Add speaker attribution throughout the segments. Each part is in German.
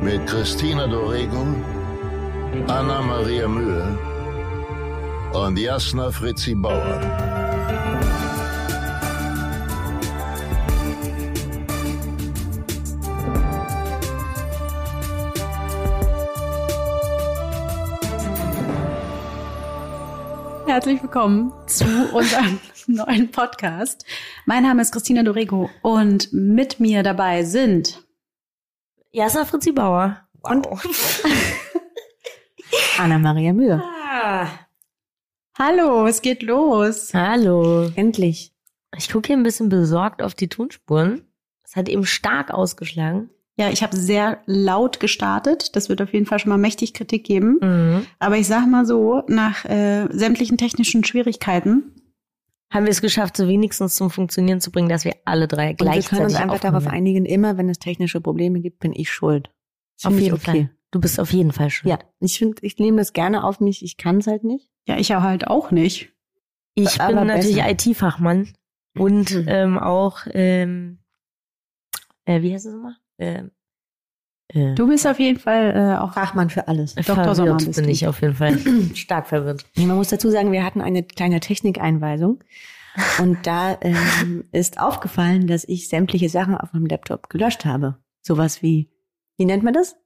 Speaker 1: mit Christina Dorego, Anna Maria Mühe und Jasna Fritzi Bauer.
Speaker 2: Herzlich willkommen zu unserem neuen Podcast. Mein Name ist Christina Dorego und mit mir dabei sind
Speaker 3: Jasna Fritzi Bauer. Und
Speaker 4: Anna-Maria Mühe.
Speaker 2: Ah. Hallo, es geht los.
Speaker 3: hallo.
Speaker 4: Endlich.
Speaker 3: Ich gucke hier ein bisschen besorgt auf die Tonspuren. Es hat eben stark ausgeschlagen.
Speaker 2: Ja, ich habe sehr laut gestartet. Das wird auf jeden Fall schon mal mächtig Kritik geben.
Speaker 3: Mhm.
Speaker 2: Aber ich sag mal so, nach äh, sämtlichen technischen Schwierigkeiten.
Speaker 3: Haben wir es geschafft, so wenigstens zum Funktionieren zu bringen, dass wir alle drei
Speaker 4: Und wir
Speaker 3: gleichzeitig
Speaker 4: können uns einfach
Speaker 3: aufgenommen
Speaker 4: darauf
Speaker 3: werden.
Speaker 4: einigen, immer wenn es technische Probleme gibt, bin ich schuld.
Speaker 3: Auf
Speaker 4: Finde ich
Speaker 3: jeden
Speaker 4: okay.
Speaker 3: Fall. Du bist auf jeden Fall schuld.
Speaker 4: Ja, ich finde, ich nehme das gerne auf mich. Ich kann es halt nicht.
Speaker 2: Ja, ich ja halt auch nicht.
Speaker 3: Ich
Speaker 4: Aber
Speaker 3: bin natürlich
Speaker 4: besser.
Speaker 3: IT-Fachmann und ähm, auch, ähm, äh, wie heißt es nochmal? Ähm, äh,
Speaker 2: Du bist auf jeden Fall äh, auch
Speaker 4: Fachmann für alles.
Speaker 2: Dr. Sommer
Speaker 3: verwirrt
Speaker 2: bist
Speaker 3: bin
Speaker 2: du.
Speaker 3: ich auf jeden Fall. stark verwirrt.
Speaker 4: Man muss dazu sagen, wir hatten eine kleine Technikeinweisung. Und da ähm, ist aufgefallen, dass ich sämtliche Sachen auf meinem Laptop gelöscht habe. Sowas wie, wie nennt man das?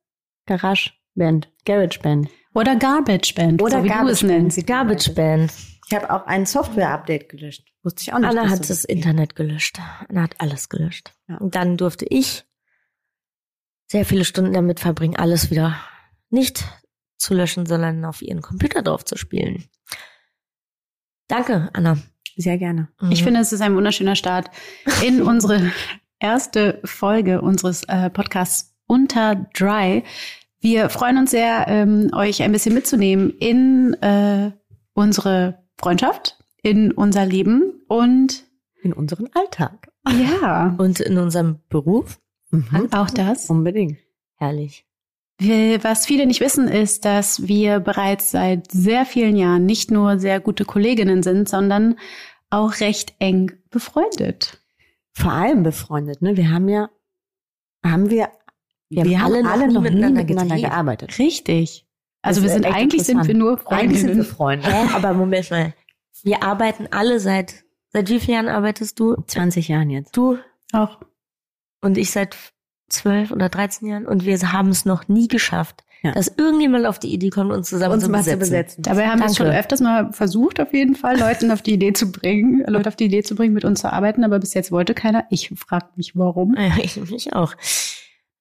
Speaker 4: GarageBand, GarageBand.
Speaker 2: oder Garbage Band, so wie du es nennst.
Speaker 3: Garbage Band.
Speaker 4: Ich habe auch ein Software-Update gelöscht. Wusste ich auch nicht.
Speaker 3: Anna
Speaker 4: dass
Speaker 3: hat
Speaker 4: sowas
Speaker 3: das
Speaker 4: geht.
Speaker 3: Internet gelöscht. Anna hat alles gelöscht.
Speaker 4: Ja.
Speaker 3: Und dann durfte ich sehr viele Stunden damit verbringen, alles wieder nicht zu löschen, sondern auf ihren Computer drauf zu spielen. Danke, Anna.
Speaker 4: Sehr gerne.
Speaker 2: Ich
Speaker 3: Mhm.
Speaker 2: finde, es ist ein wunderschöner Start in unsere erste Folge unseres äh, Podcasts Unter Dry. Wir freuen uns sehr, ähm, euch ein bisschen mitzunehmen in äh, unsere Freundschaft, in unser Leben und
Speaker 4: In unseren Alltag. Mhm.
Speaker 2: ja,
Speaker 3: Und in unserem Beruf?
Speaker 2: auch das.
Speaker 4: Unbedingt.
Speaker 3: Herrlich.
Speaker 2: Wir, was viele nicht wissen, ist, dass wir bereits seit sehr vielen Jahren nicht nur sehr gute Kolleginnen sind, sondern auch recht eng befreundet.
Speaker 4: Vor allem befreundet, ne? Wir haben ja, haben wir,
Speaker 3: Wir haben alle noch nie miteinander gedreht.
Speaker 4: gearbeitet.
Speaker 2: Richtig. Also
Speaker 4: Das
Speaker 2: wir
Speaker 4: ist
Speaker 2: sind
Speaker 4: echt
Speaker 2: eigentlich sind wir
Speaker 4: interessant.
Speaker 2: nur
Speaker 4: Eigentlich sind wir
Speaker 2: Freundinnen.
Speaker 4: Freunde.
Speaker 3: Hä? Aber Moment mal. Wir arbeiten alle seit, seit wie vielen Jahren arbeitest du?
Speaker 4: 20 Jahren jetzt.
Speaker 3: Du
Speaker 2: Auch.
Speaker 3: und ich seit zwölf oder 13 Jahren und wir haben es noch nie geschafft,
Speaker 4: Ja.
Speaker 3: dass irgendjemand auf die Idee kommt, uns zusammen zu, besetzen.
Speaker 2: Dabei haben wir es schon
Speaker 3: Danke.
Speaker 2: öfters mal versucht, auf jeden Fall Leuten auf die Idee zu bringen, Leute auf die Idee zu bringen, mit uns zu arbeiten, aber bis jetzt wollte keiner. Ich frage mich, warum.
Speaker 3: Ja, ich mich auch.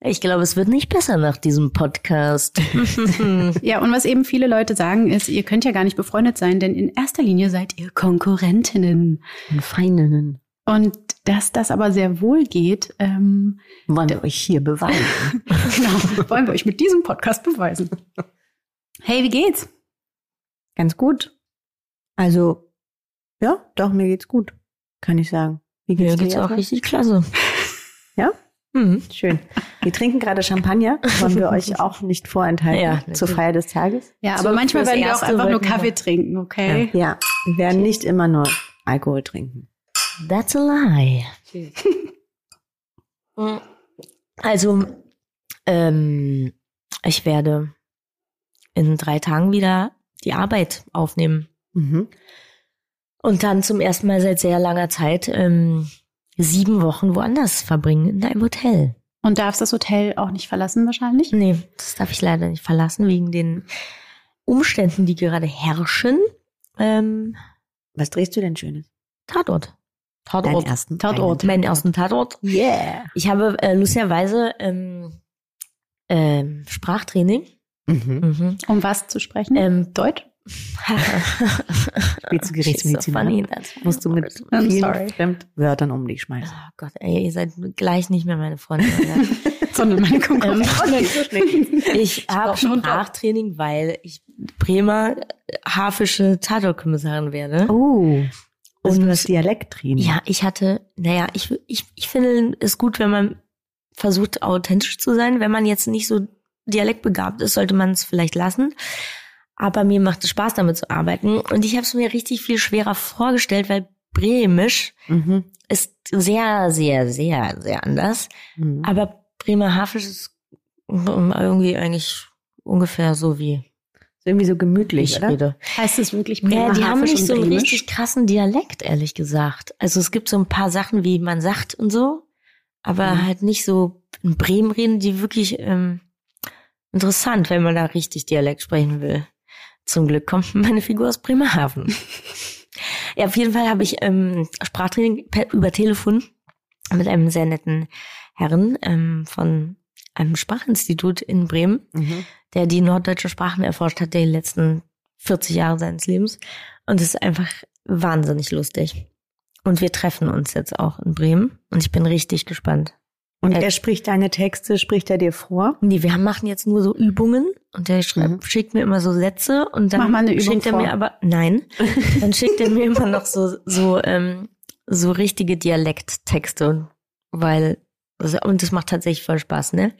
Speaker 3: Ich glaube, es wird nicht besser nach diesem Podcast.
Speaker 2: Ja, und was eben viele Leute sagen, ist, ihr könnt ja gar nicht befreundet sein, denn in erster Linie seid ihr Konkurrentinnen.
Speaker 4: Feindinnen.
Speaker 2: Und dass das aber sehr wohl geht, ähm,
Speaker 4: Wollen wir euch hier beweisen.
Speaker 2: genau, wollen wir euch mit diesem Podcast beweisen. Hey, wie geht's?
Speaker 4: Ganz gut. Also, ja, doch, mir geht's gut. Kann ich sagen. Wie
Speaker 3: Mir
Speaker 4: dir,
Speaker 3: geht's auch
Speaker 4: Jasna?
Speaker 3: richtig klasse.
Speaker 4: Ja?
Speaker 3: Mhm.
Speaker 4: Schön. Wir trinken gerade Champagner. Wollen wir euch auch nicht vorenthalten
Speaker 3: Ja,
Speaker 4: zur
Speaker 3: natürlich.
Speaker 4: Feier des Tages?
Speaker 2: Ja,
Speaker 3: So,
Speaker 2: aber manchmal
Speaker 3: fürs
Speaker 2: werden wir auch
Speaker 3: Erste
Speaker 2: einfach nur
Speaker 3: wollten wir-
Speaker 2: Kaffee trinken, okay?
Speaker 4: Ja, wir werden nicht immer nur Alkohol trinken.
Speaker 3: That's a lie. Mhm. Also, ähm, ich werde in drei Tagen wieder die Arbeit aufnehmen.
Speaker 4: Mhm.
Speaker 3: Und dann zum ersten Mal seit sehr langer Zeit ähm, sieben Wochen woanders verbringen, in einem Hotel.
Speaker 2: Und darfst das Hotel auch nicht verlassen wahrscheinlich?
Speaker 3: Nee, das darf ich leider nicht verlassen, wegen den Umständen, die gerade herrschen. Ähm,
Speaker 4: Was drehst du denn Schönes?
Speaker 3: Tatort.
Speaker 4: Deinen
Speaker 3: Tatort.
Speaker 4: ersten.
Speaker 2: Tatort.
Speaker 3: Meinen ersten Tatort.
Speaker 4: Yeah.
Speaker 3: Ich habe äh, lustigerweise ähm, ähm, Sprachtraining.
Speaker 4: Mhm.
Speaker 3: Mhm.
Speaker 2: Um was zu sprechen?
Speaker 3: Ähm,
Speaker 2: Deutsch?
Speaker 4: Spielst du
Speaker 3: so
Speaker 4: Gerichtsmedizin?
Speaker 3: funny.
Speaker 4: ne?
Speaker 3: That's
Speaker 4: Musst du mit
Speaker 3: I'm
Speaker 4: vielen
Speaker 3: sorry.
Speaker 4: Fremdwörtern um dich schmeißen.
Speaker 3: Oh Gott, ey, ihr seid gleich nicht mehr meine Freunde.
Speaker 2: sondern
Speaker 3: Ähm,
Speaker 2: meine Konkurrenz.
Speaker 3: Ich habe
Speaker 2: brauch einen Hund.
Speaker 3: Sprachtraining, weil ich Bremer äh, Hafische Tatortkommissarin werde.
Speaker 4: Oh. Und
Speaker 3: Und-
Speaker 4: du hast Dialekt drin.
Speaker 3: Ja, ich hatte, naja, ich, ich, ich finde es gut, wenn man versucht, authentisch zu sein. Wenn man jetzt nicht so dialektbegabt ist, sollte man es vielleicht lassen. Aber mir macht es Spaß, damit zu arbeiten. Und ich habe es mir richtig viel schwerer vorgestellt, weil Bremisch
Speaker 4: Mhm.
Speaker 3: ist sehr, sehr, sehr, sehr anders.
Speaker 4: Mhm.
Speaker 3: Aber Bremerhaven ist irgendwie eigentlich ungefähr so wie
Speaker 4: Ist irgendwie so gemütlich,
Speaker 3: ich
Speaker 4: oder?
Speaker 3: rede.
Speaker 2: Heißt es wirklich
Speaker 3: Ja, Äh, die haben
Speaker 2: Bremerhavisch
Speaker 3: nicht
Speaker 2: und
Speaker 3: so einen
Speaker 2: Bremisch?
Speaker 3: richtig krassen Dialekt, ehrlich gesagt. Also es gibt so ein paar Sachen, wie man sagt und so, aber
Speaker 4: Mhm.
Speaker 3: halt nicht so in Bremen reden, die wirklich ähm, interessant, wenn man da richtig Dialekt sprechen will. Zum Glück kommt meine Figur aus Bremerhaven. ja, auf jeden Fall habe ich ähm, Sprachtraining per, über Telefon mit einem sehr netten Herrn ähm, von einem Sprachinstitut in Bremen
Speaker 4: Mhm.
Speaker 3: der die norddeutsche Sprachen erforscht hat, der die letzten 40 Jahre seines Lebens. Und es ist einfach wahnsinnig lustig. Und wir treffen uns jetzt auch in Bremen. Und ich bin richtig gespannt.
Speaker 4: Und
Speaker 3: Äh,
Speaker 4: er spricht deine Texte, spricht er dir vor?
Speaker 3: Nee, wir machen jetzt nur so Übungen und der schreibt,
Speaker 4: Mhm.
Speaker 3: schickt mir immer so Sätze und dann
Speaker 2: Mach mal eine Übung
Speaker 3: schickt er
Speaker 2: vor.
Speaker 3: mir aber, nein, dann schickt er mir immer noch so, so, ähm, so richtige Dialekttexte, und- weil, und das macht tatsächlich voll Spaß, ne?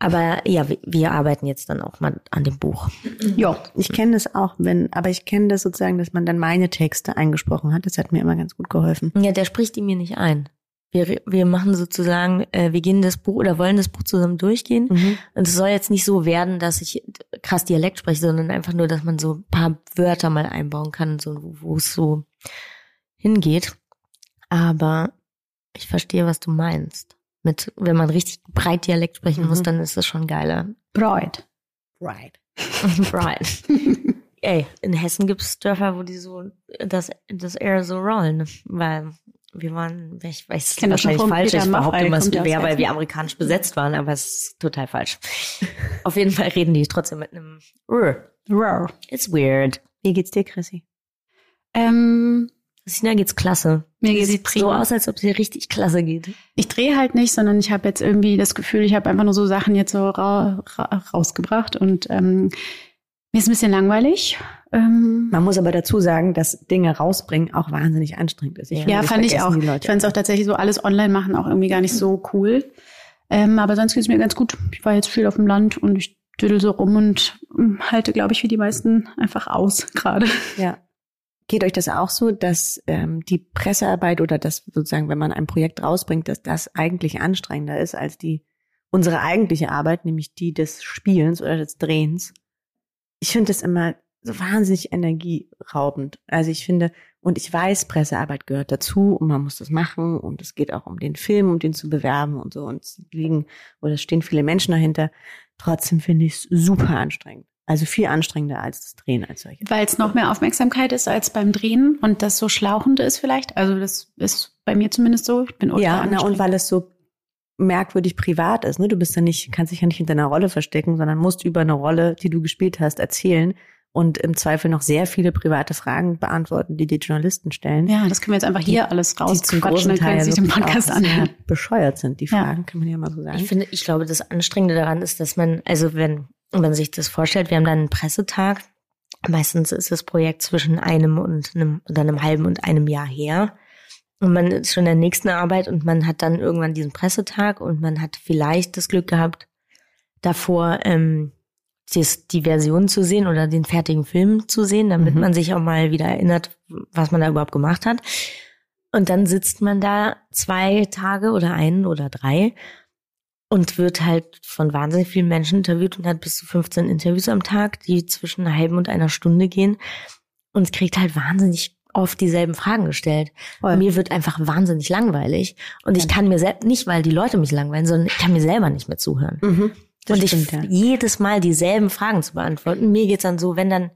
Speaker 3: Aber ja, wir, wir arbeiten jetzt dann auch mal an dem Buch.
Speaker 2: Ja.
Speaker 4: Ich kenne das auch, wenn, aber ich kenne das sozusagen, dass man dann meine Texte eingesprochen hat. Das hat mir immer ganz gut geholfen.
Speaker 3: Ja, der spricht die mir nicht ein. Wir, re- wir machen sozusagen, äh, wir gehen das Buch oder wollen das Buch zusammen durchgehen.
Speaker 4: Mhm.
Speaker 3: Und es soll jetzt nicht so werden, dass ich krass Dialekt spreche, sondern einfach nur, dass man so ein paar Wörter mal einbauen kann, so, wo- wo es so hingeht. Aber ich verstehe, was du meinst. Mit, wenn man richtig breit Dialekt sprechen muss,
Speaker 4: Mhm.
Speaker 3: dann ist das schon geiler.
Speaker 2: Breit.
Speaker 4: Right.
Speaker 3: Breit. Ey, in Hessen gibt's Dörfer, wo die so das, das eher so rollen, weil wir waren, ich weiß es
Speaker 2: kenn das
Speaker 3: wahrscheinlich
Speaker 2: noch von
Speaker 3: falsch,
Speaker 2: Peter
Speaker 3: ich behaupte
Speaker 2: Maffay,
Speaker 3: immer, es
Speaker 2: kommt ja aus
Speaker 3: wäre, weil
Speaker 2: Hessen.
Speaker 3: wir amerikanisch besetzt waren, aber es ist total falsch. Auf jeden Fall reden die trotzdem mit einem "Rrr".
Speaker 2: Rar.
Speaker 3: It's weird.
Speaker 4: Wie geht's dir, Chrissy?
Speaker 2: Ähm,
Speaker 3: Christina geht's klasse.
Speaker 2: mir
Speaker 3: Sie
Speaker 2: geht's
Speaker 3: sieht so
Speaker 2: prima.
Speaker 3: aus, als ob sie richtig klasse geht.
Speaker 2: Ich drehe halt nicht, sondern ich habe jetzt irgendwie das Gefühl, ich habe einfach nur so Sachen jetzt so ra ra rausgebracht und ähm, mir ist ein bisschen langweilig. Ähm,
Speaker 4: Man muss aber dazu sagen, dass Dinge rausbringen auch wahnsinnig anstrengend ist.
Speaker 3: Ja,
Speaker 4: finde,
Speaker 2: ja,
Speaker 4: das
Speaker 2: fand ich
Speaker 4: vergessen
Speaker 2: auch.
Speaker 4: die Leute.
Speaker 2: Ich fand es auch tatsächlich so alles online machen auch irgendwie gar nicht so cool. Ähm, aber sonst geht's mir ganz gut. Ich war jetzt viel auf dem Land und ich düdel so rum und ähm, halte, glaube ich, wie die meisten einfach aus gerade.
Speaker 4: Ja. Geht euch das auch so, dass ähm, die Pressearbeit oder das sozusagen, wenn man ein Projekt rausbringt, dass das eigentlich anstrengender ist als die unsere eigentliche Arbeit, nämlich die des Spielens oder des Drehens? Ich finde das immer so wahnsinnig energieraubend. Also ich finde, und ich weiß, Pressearbeit gehört dazu und man muss das machen und es geht auch um den Film, um den zu bewerben und so und es liegen oder es stehen viele Menschen dahinter. Trotzdem finde ich es super anstrengend. Also viel anstrengender als das Drehen als solches.
Speaker 2: Weil es noch mehr Aufmerksamkeit ist als beim Drehen und das so schlauchend ist vielleicht. Also das ist bei mir zumindest so. Ich bin ultra
Speaker 4: Ja, na, und
Speaker 2: angestrengt.
Speaker 4: weil es so merkwürdig privat ist, ne? Du bist ja nicht, kannst dich ja nicht hinter einer Rolle verstecken, sondern musst über eine Rolle, die du gespielt hast, erzählen und im Zweifel noch sehr viele private Fragen beantworten, die die Journalisten stellen.
Speaker 2: Ja, das können wir jetzt einfach hier alles
Speaker 4: die zum
Speaker 2: rausquatschen,
Speaker 4: großen
Speaker 2: dann können
Speaker 4: Teil
Speaker 2: Sie sich den
Speaker 4: wirklich
Speaker 2: Podcast
Speaker 4: auch sehr
Speaker 2: anhören.
Speaker 4: bescheuert sind, die
Speaker 2: Ja.
Speaker 4: Fragen, kann man ja mal so sagen.
Speaker 3: Ich finde, ich glaube, das Anstrengende daran ist, dass man, also wenn man sich das vorstellt, wir haben dann einen Pressetag. Meistens ist das Projekt zwischen einem und einem, oder einem halben und einem Jahr her. Und man ist schon in der nächsten Arbeit und man hat dann irgendwann diesen Pressetag und man hat vielleicht das Glück gehabt, davor ähm, das, die Version zu sehen oder den fertigen Film zu sehen, damit
Speaker 4: Mhm.
Speaker 3: man sich auch mal wieder erinnert, was man da überhaupt gemacht hat. Und dann sitzt man da zwei Tage oder einen oder drei und wird halt von wahnsinnig vielen Menschen interviewt und hat bis zu 15 Interviews am Tag, die zwischen einer halben und einer Stunde gehen und kriegt halt wahnsinnig oft dieselben Fragen gestellt.
Speaker 4: Voll.
Speaker 3: Mir wird einfach wahnsinnig langweilig und ich kann mir selbst nicht, weil die Leute mich langweilen, sondern ich kann mir selber nicht mehr zuhören.
Speaker 4: Mhm, das
Speaker 3: und ich
Speaker 4: stimmt,
Speaker 3: f- jedes Mal dieselben Fragen zu beantworten. Mir geht's dann so, wenn dann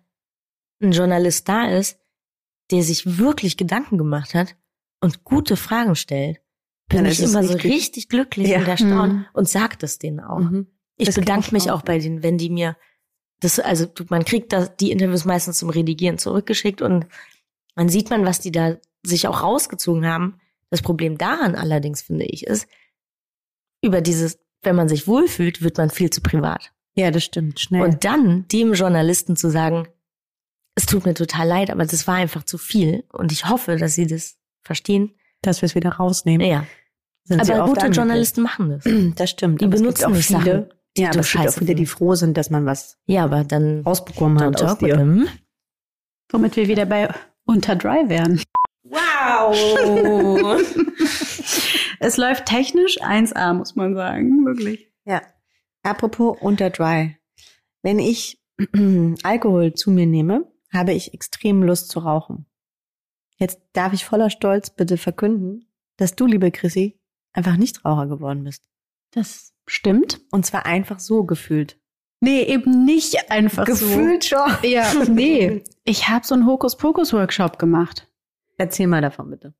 Speaker 3: ein Journalist da ist, der sich wirklich Gedanken gemacht hat und gute Fragen stellt, bin
Speaker 4: Dann
Speaker 3: ich
Speaker 4: ist es
Speaker 3: immer so
Speaker 4: richtig-
Speaker 3: richtig glücklich
Speaker 4: Ja.
Speaker 3: und erstaunt
Speaker 2: Mhm.
Speaker 3: und sagt es denen auch.
Speaker 4: Mhm.
Speaker 3: Ich
Speaker 4: Das kenn
Speaker 3: bedanke
Speaker 4: ich
Speaker 3: mich
Speaker 4: auch.
Speaker 3: auch bei denen, wenn die mir das, also du- man kriegt das, die Interviews meistens zum Redigieren zurückgeschickt und dann sieht man, was die da sich auch rausgezogen haben. Das Problem daran allerdings, finde ich, ist, über dieses, wenn man sich wohlfühlt, wird man viel zu privat.
Speaker 4: Ja, das stimmt, schnell.
Speaker 3: Und dann dem Journalisten zu sagen, es tut mir total leid, aber das war einfach zu viel. Und ich hoffe, dass sie das verstehen.
Speaker 4: dass wir es wieder rausnehmen.
Speaker 3: Ja.
Speaker 4: Sind sie
Speaker 3: Aber
Speaker 4: oft
Speaker 3: gute
Speaker 4: angepisst.
Speaker 3: Journalisten machen das.
Speaker 4: Das stimmt.
Speaker 3: Die
Speaker 4: aber es gibt
Speaker 3: benutzen
Speaker 4: auch
Speaker 3: nicht
Speaker 4: viele,
Speaker 3: Sachen, die
Speaker 4: ja, aber
Speaker 3: du
Speaker 4: es gibt auch
Speaker 3: scheiße
Speaker 4: viele, die froh sind, dass man was
Speaker 3: Ja, aber dann
Speaker 4: rausbekommen
Speaker 3: don't
Speaker 4: hat aus
Speaker 3: talk with
Speaker 4: dir.
Speaker 3: them.
Speaker 2: Womit wir wieder bei unter Dry wären.
Speaker 3: Wow.
Speaker 2: Es läuft technisch 1A, muss man sagen. Wirklich.
Speaker 4: Ja. Apropos unter Dry. Wenn ich Alkohol zu mir nehme, habe ich extrem Lust zu rauchen. Jetzt darf ich voller Stolz bitte verkünden, dass du, liebe Chrissy, einfach nicht Raucher geworden bist.
Speaker 2: Das stimmt.
Speaker 4: Und zwar einfach so gefühlt.
Speaker 2: Nee, eben nicht einfach
Speaker 4: schon.
Speaker 2: so. Ja, nee. Ich habe so einen Hokuspokus-Workshop gemacht.
Speaker 4: Erzähl mal davon bitte.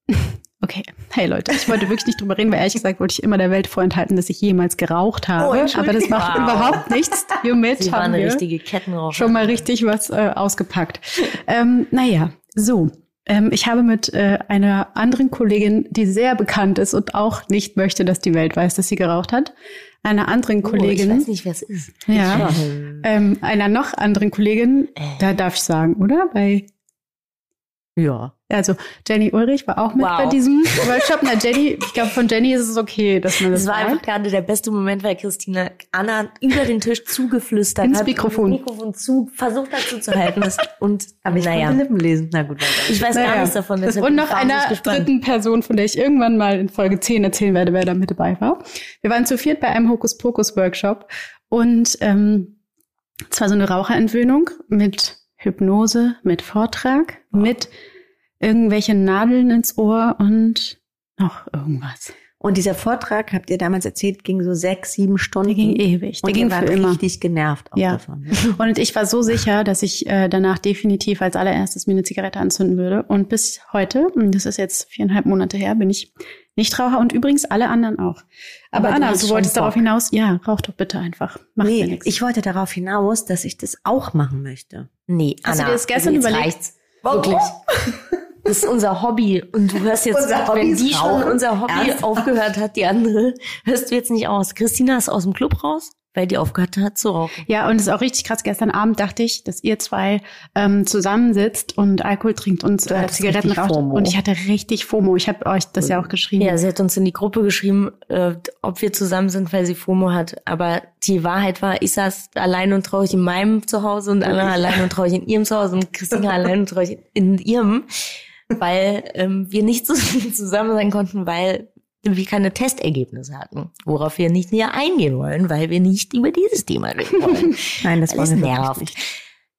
Speaker 2: Okay, hey Leute, ich wollte wirklich nicht drüber reden, weil ehrlich gesagt wollte ich immer der Welt vorenthalten, dass ich jemals geraucht
Speaker 4: Oh,
Speaker 2: habe.
Speaker 4: Entschuldigung.
Speaker 2: aber das macht
Speaker 3: Wow.
Speaker 2: überhaupt nichts. Hiermit
Speaker 3: Sie war
Speaker 2: haben
Speaker 3: eine
Speaker 2: wir
Speaker 3: richtige Kettenraucherin.
Speaker 2: schon mal richtig was äh, ausgepackt. Ähm, naja, so. Ähm, ich habe mit äh, einer anderen Kollegin, die sehr bekannt ist und auch nicht möchte, dass die Welt weiß, dass sie geraucht hat, einer anderen
Speaker 3: Oh,
Speaker 2: Kollegin,
Speaker 3: Ich weiß nicht, wer es ist.
Speaker 2: ja,
Speaker 3: Ähm,
Speaker 2: ähm, einer noch anderen Kollegin,
Speaker 3: äh,
Speaker 2: da darf ich sagen, oder? Bei
Speaker 4: Ja.
Speaker 2: also Jenny Ulrich war auch mit
Speaker 3: Wow.
Speaker 2: bei diesem Workshop. Na, Jenny, ich glaube, von Jenny ist es okay, dass man das
Speaker 3: Das war einfach
Speaker 2: sagt.
Speaker 3: gerade der beste Moment, weil Christina Anna über den Tisch zugeflüstert
Speaker 2: Ins
Speaker 3: hat.
Speaker 2: Mikrofon.
Speaker 3: Das Mikrofon zu, versucht dazu zu halten. Das- Und,
Speaker 4: Aber ich
Speaker 3: naja,
Speaker 4: konnte Lippen lesen. Na gut. weiter.
Speaker 3: ich weiß gar
Speaker 2: Naja.
Speaker 3: nichts davon. deshalb
Speaker 2: Und
Speaker 3: bin ich
Speaker 2: noch einer
Speaker 3: wahnsinnig gespannt.
Speaker 2: dritten Person, von der ich irgendwann mal in Folge 10 erzählen werde, wer da mit dabei war. Wir waren zu viert bei einem Hokuspokus-Workshop und ähm, es war so eine Raucherentwöhnung mit Hypnose, mit Vortrag, mit irgendwelche Nadeln ins Ohr und noch irgendwas.
Speaker 4: Und dieser Vortrag, habt ihr damals erzählt, ging so sechs, sieben Stunden.
Speaker 2: Der ging ewig, der
Speaker 4: Und
Speaker 2: ging
Speaker 4: ihr
Speaker 2: für
Speaker 4: wart
Speaker 2: immer.
Speaker 4: richtig genervt auch
Speaker 2: Ja.
Speaker 4: davon. ne?
Speaker 2: Und ich war so sicher, dass ich äh, danach definitiv als allererstes mir eine Zigarette anzünden würde. Und bis heute, und das ist jetzt viereinhalb Monate her, bin ich Nichtraucher und übrigens alle anderen auch. Aber,
Speaker 3: Aber du
Speaker 2: Anna,
Speaker 3: hast
Speaker 2: du
Speaker 3: schon
Speaker 2: wolltest
Speaker 3: Bock.
Speaker 2: darauf hinaus, ja, rauch doch bitte einfach. Mach mir
Speaker 4: nee,
Speaker 2: nichts.
Speaker 4: ich wollte darauf hinaus, dass ich das auch machen möchte.
Speaker 3: Nee, Anna.
Speaker 2: Hast du dir das gestern
Speaker 3: jetzt
Speaker 2: überlegt?
Speaker 3: Reicht's. Wirklich. Das ist unser Hobby. Und du hörst jetzt,
Speaker 4: Unser Hobby
Speaker 3: wenn
Speaker 4: ist
Speaker 3: die schon
Speaker 4: Rauchen.
Speaker 3: unser Hobby
Speaker 4: Ernsthaft?
Speaker 3: aufgehört hat, die andere, hörst du jetzt nicht aus. Christina ist aus dem Club raus, weil die aufgehört hat zu rauchen.
Speaker 2: Ja, und es ist auch richtig krass. Gestern Abend dachte ich, dass ihr zwei ähm, zusammensitzt und Alkohol trinkt und
Speaker 4: Du
Speaker 2: äh,
Speaker 4: hattest
Speaker 2: Zigaretten
Speaker 4: richtig
Speaker 2: raucht.
Speaker 4: FOMO.
Speaker 2: Und ich hatte richtig FOMO. Ich habe euch das ja auch
Speaker 4: Mhm.
Speaker 2: geschrieben.
Speaker 3: Ja, sie hat uns in die Gruppe geschrieben, äh, ob wir zusammen sind, weil sie FOMO hat. Aber die Wahrheit war, ich saß allein und traurig in meinem Zuhause und Anna allein und traurig in ihrem Zuhause und Christina allein und traurig in ihrem, weil ähm, wir nicht so zusammen sein konnten, weil wir keine Testergebnisse hatten, worauf wir nicht näher eingehen wollen, weil wir nicht über dieses Thema reden wollen.
Speaker 4: Nein, das
Speaker 3: weil es
Speaker 4: wollen wir
Speaker 3: nervt.
Speaker 4: wirklich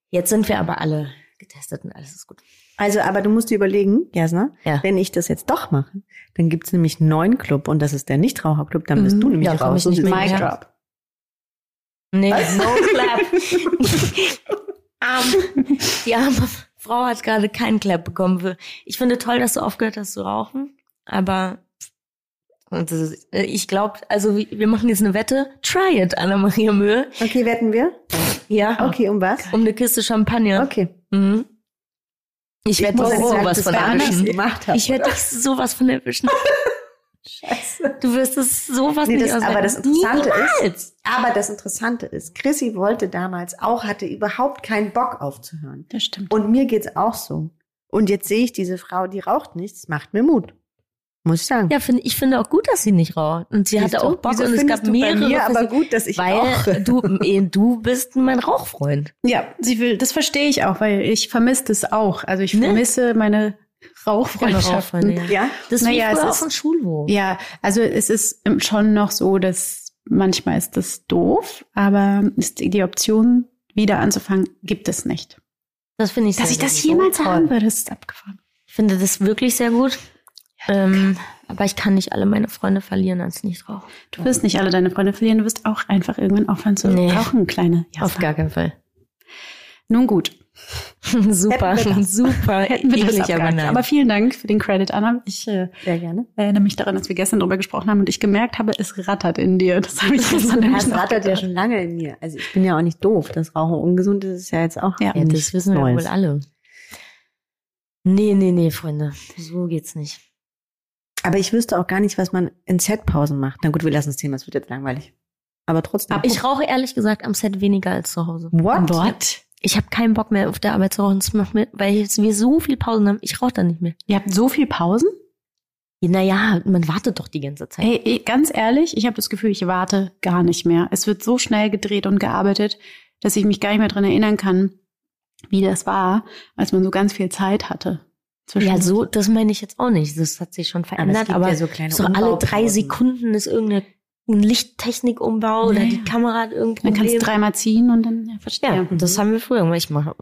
Speaker 3: Jetzt sind wir aber alle getestet und alles ist gut.
Speaker 4: Also, aber du musst dir überlegen, Jasna,
Speaker 3: Ja.
Speaker 4: wenn ich das jetzt doch mache, dann gibt's nämlich einen neuen Club und das ist der Nichtraucherclub, dann bist
Speaker 2: Mhm.
Speaker 4: du nämlich
Speaker 3: Dann komm
Speaker 4: raus.
Speaker 3: ich nicht
Speaker 4: und
Speaker 3: mehr
Speaker 4: sitzt
Speaker 3: her.
Speaker 4: da.
Speaker 3: Nee, no clap. Arm. Die arme Frau hat gerade keinen Clap bekommen. Für- Ich finde toll, dass du aufgehört hast zu rauchen, aber und das ist- ich glaube, also wir wir machen jetzt eine Wette. Try it, Anna-Maria Mühe.
Speaker 4: Okay, wetten wir?
Speaker 3: Ja,
Speaker 4: Okay, um was?
Speaker 3: um eine Kiste Champagner.
Speaker 4: Okay.
Speaker 3: Mhm. Ich werde
Speaker 4: muss
Speaker 3: dich
Speaker 4: jetzt sagen,
Speaker 3: sowas
Speaker 4: das
Speaker 3: von
Speaker 4: war anders
Speaker 3: erwischen.
Speaker 4: gemacht habe.
Speaker 3: Ich werde dich sowas von erwischen.
Speaker 4: Scheiße.
Speaker 3: Du wirst es sowas
Speaker 4: Nee,
Speaker 3: nicht
Speaker 4: das,
Speaker 3: aushalten.
Speaker 4: aber das Interessante ist,
Speaker 3: Niemals.
Speaker 4: aber das Interessante ist, Chrissy wollte damals auch, hatte überhaupt keinen Bock aufzuhören.
Speaker 2: das stimmt.
Speaker 4: Und mir geht's auch so. Und jetzt sehe ich diese Frau, die raucht nichts, macht mir Mut. Muss ich sagen.
Speaker 3: Ja, find, ich finde auch gut, dass sie nicht raucht. Und sie
Speaker 4: Siehst
Speaker 3: hatte
Speaker 4: du?
Speaker 3: auch Bock
Speaker 4: Wieso
Speaker 3: und es
Speaker 4: findest
Speaker 3: gab
Speaker 4: du bei
Speaker 3: mehrere.
Speaker 4: Mir, aber
Speaker 3: Versuche,
Speaker 4: gut, dass ich
Speaker 3: weil
Speaker 4: rauche.
Speaker 3: du, eh, du bist mein Rauchfreund.
Speaker 2: Ja, sie will, das verstehe ich auch, weil ich vermisse das auch. Also ich
Speaker 3: Ne?
Speaker 2: vermisse meine Rauchfreundschaften.
Speaker 3: Rauchfreunde, ja.
Speaker 4: Ja,
Speaker 3: Das war
Speaker 2: Naja,
Speaker 3: naja,
Speaker 2: es
Speaker 3: früher
Speaker 2: ist-
Speaker 3: auf dem Schulhof.
Speaker 2: Ja, also es ist ähm, schon noch so, dass manchmal ist das doof, aber ist die- die Option, wieder anzufangen, gibt es nicht.
Speaker 3: Das finde ich
Speaker 2: Dass
Speaker 3: sehr
Speaker 2: ich das
Speaker 3: gut.
Speaker 2: jemals
Speaker 3: Toll.
Speaker 2: haben würde, das ist abgefahren.
Speaker 3: Ich finde das wirklich sehr gut. Ähm, aber ich kann nicht alle meine Freunde verlieren als Nichtraucher.
Speaker 2: Du wirst nicht alle deine Freunde verlieren, du wirst auch einfach irgendwann aufhören zu
Speaker 3: Nee.
Speaker 2: rauchen, kleine.
Speaker 3: Auf
Speaker 2: Jasna.
Speaker 3: gar keinen Fall.
Speaker 2: Nun gut,
Speaker 3: super,
Speaker 4: Hätten wir das.
Speaker 3: super.
Speaker 2: Hätten wir das
Speaker 3: eklig, aber
Speaker 2: abgehakt.
Speaker 3: nein.
Speaker 2: Äh, Aber vielen Dank für den Credit, Anna. Ich äh,
Speaker 4: Sehr gerne.
Speaker 2: erinnere mich daran, dass wir gestern darüber gesprochen haben und ich gemerkt habe, es rattert in dir. Das habe ich gestern nämlich
Speaker 4: Das
Speaker 2: noch
Speaker 4: rattert ja
Speaker 2: gedacht.
Speaker 4: schon lange in mir. Also ich bin ja auch nicht doof. Das Rauchen ungesund ist es ja jetzt auch.
Speaker 2: Ja.
Speaker 3: ja, das
Speaker 4: nichts
Speaker 3: wissen wir
Speaker 4: Neues.
Speaker 3: wohl alle. Nee, nee, nee, Freunde. So geht's nicht.
Speaker 4: Aber ich wüsste auch gar nicht, was man in Set-Pausen macht. Na gut, wir lassen das Thema, es wird jetzt langweilig. Aber trotzdem.
Speaker 3: Ich rauche ehrlich gesagt am Set weniger als zu Hause.
Speaker 4: What?
Speaker 2: What?
Speaker 3: Ich habe keinen Bock mehr auf der Arbeit zu rauchen, Das macht mir- weil jetzt wir so viel Pausen haben. Ich rauche da nicht mehr.
Speaker 2: Ihr habt so viel Pausen?
Speaker 3: Naja, man wartet doch die ganze Zeit.
Speaker 2: Hey, eh, ganz ehrlich, ich habe das Gefühl, ich warte gar nicht mehr. Es wird so schnell gedreht und gearbeitet, dass ich mich gar nicht mehr dran erinnern kann, wie das war, als man so ganz viel Zeit hatte. zwischen-
Speaker 3: ja, so, das meine ich jetzt auch nicht. Das hat sich schon verändert, aber,
Speaker 4: so kleine
Speaker 3: so alle drei
Speaker 4: Umbaupausen.
Speaker 3: Sekunden ist irgendeine ein Lichttechnikumbau oder
Speaker 2: Ja,
Speaker 3: die
Speaker 2: ja.
Speaker 3: Kamera hat irgendein
Speaker 2: Dann kannst du
Speaker 3: Problem.
Speaker 2: dreimal ziehen und dann ja, verstehe. Mhm.
Speaker 3: Ja, das haben wir früher. gemacht. Ich mache,